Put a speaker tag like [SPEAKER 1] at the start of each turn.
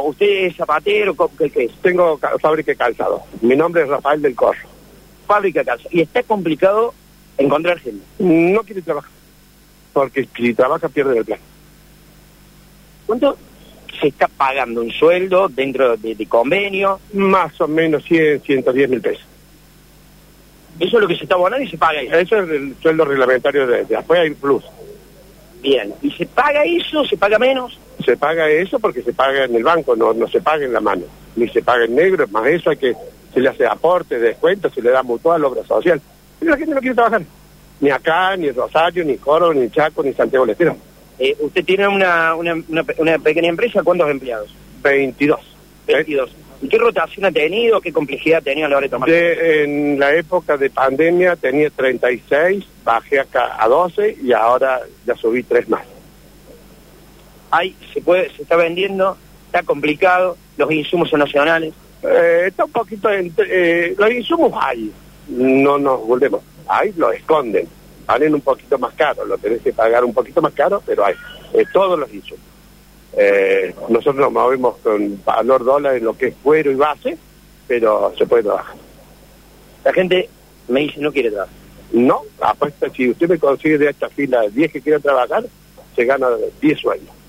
[SPEAKER 1] ¿usted es zapatero? ¿Qué, qué es?
[SPEAKER 2] Tengo ca- fábrica de calzado. Mi nombre es Rafael del Corro.
[SPEAKER 1] Fábrica de calzado. Y está complicado encontrar gente.
[SPEAKER 2] No quiere trabajar. Porque si trabaja pierde el plan.
[SPEAKER 1] ¿Cuánto se está pagando un sueldo dentro de, de convenio?
[SPEAKER 2] Más o menos 100, 110 mil pesos.
[SPEAKER 1] Eso es lo que se está abonando y se paga eso.
[SPEAKER 2] Eso es el sueldo reglamentario de, de después hay plus.
[SPEAKER 1] Bien. ¿Y se paga eso? ¿Se paga menos?
[SPEAKER 2] Se paga eso porque se paga en el banco, no, no se paga en la mano. Ni se paga en negro, más eso hay que se le hace aporte, descuento, se le da mutual, obra social. Pero la gente no quiere trabajar. Ni acá, ni en Rosario, ni Coro, ni Chaco, ni Santiago del Estero.
[SPEAKER 1] Eh, ¿Usted tiene una, una, una, una pequeña empresa? ¿Cuántos empleados?
[SPEAKER 2] 22. ¿eh?
[SPEAKER 1] 22. ¿Y qué rotación ha tenido? ¿Qué complejidad ha tenido a la hora de tomar?
[SPEAKER 2] De- en la época de pandemia tenía 36, bajé acá a 12 y ahora ya subí 3 más.
[SPEAKER 1] Hay, se, puede, se está vendiendo, está complicado, los insumos son nacionales.
[SPEAKER 2] Eh, está un poquito entre, eh, los insumos hay, no nos volvemos, hay, los esconden, valen un poquito más caro, lo tenés que pagar un poquito más caro, pero hay, eh, todos los insumos. Eh, nosotros nos movemos con valor dólar en lo que es cuero y base, pero se puede trabajar.
[SPEAKER 1] La gente me dice, no quiere trabajar.
[SPEAKER 2] No, apuesta, si usted me consigue de esta fila 10 que quiera trabajar, se gana 10 sueldos.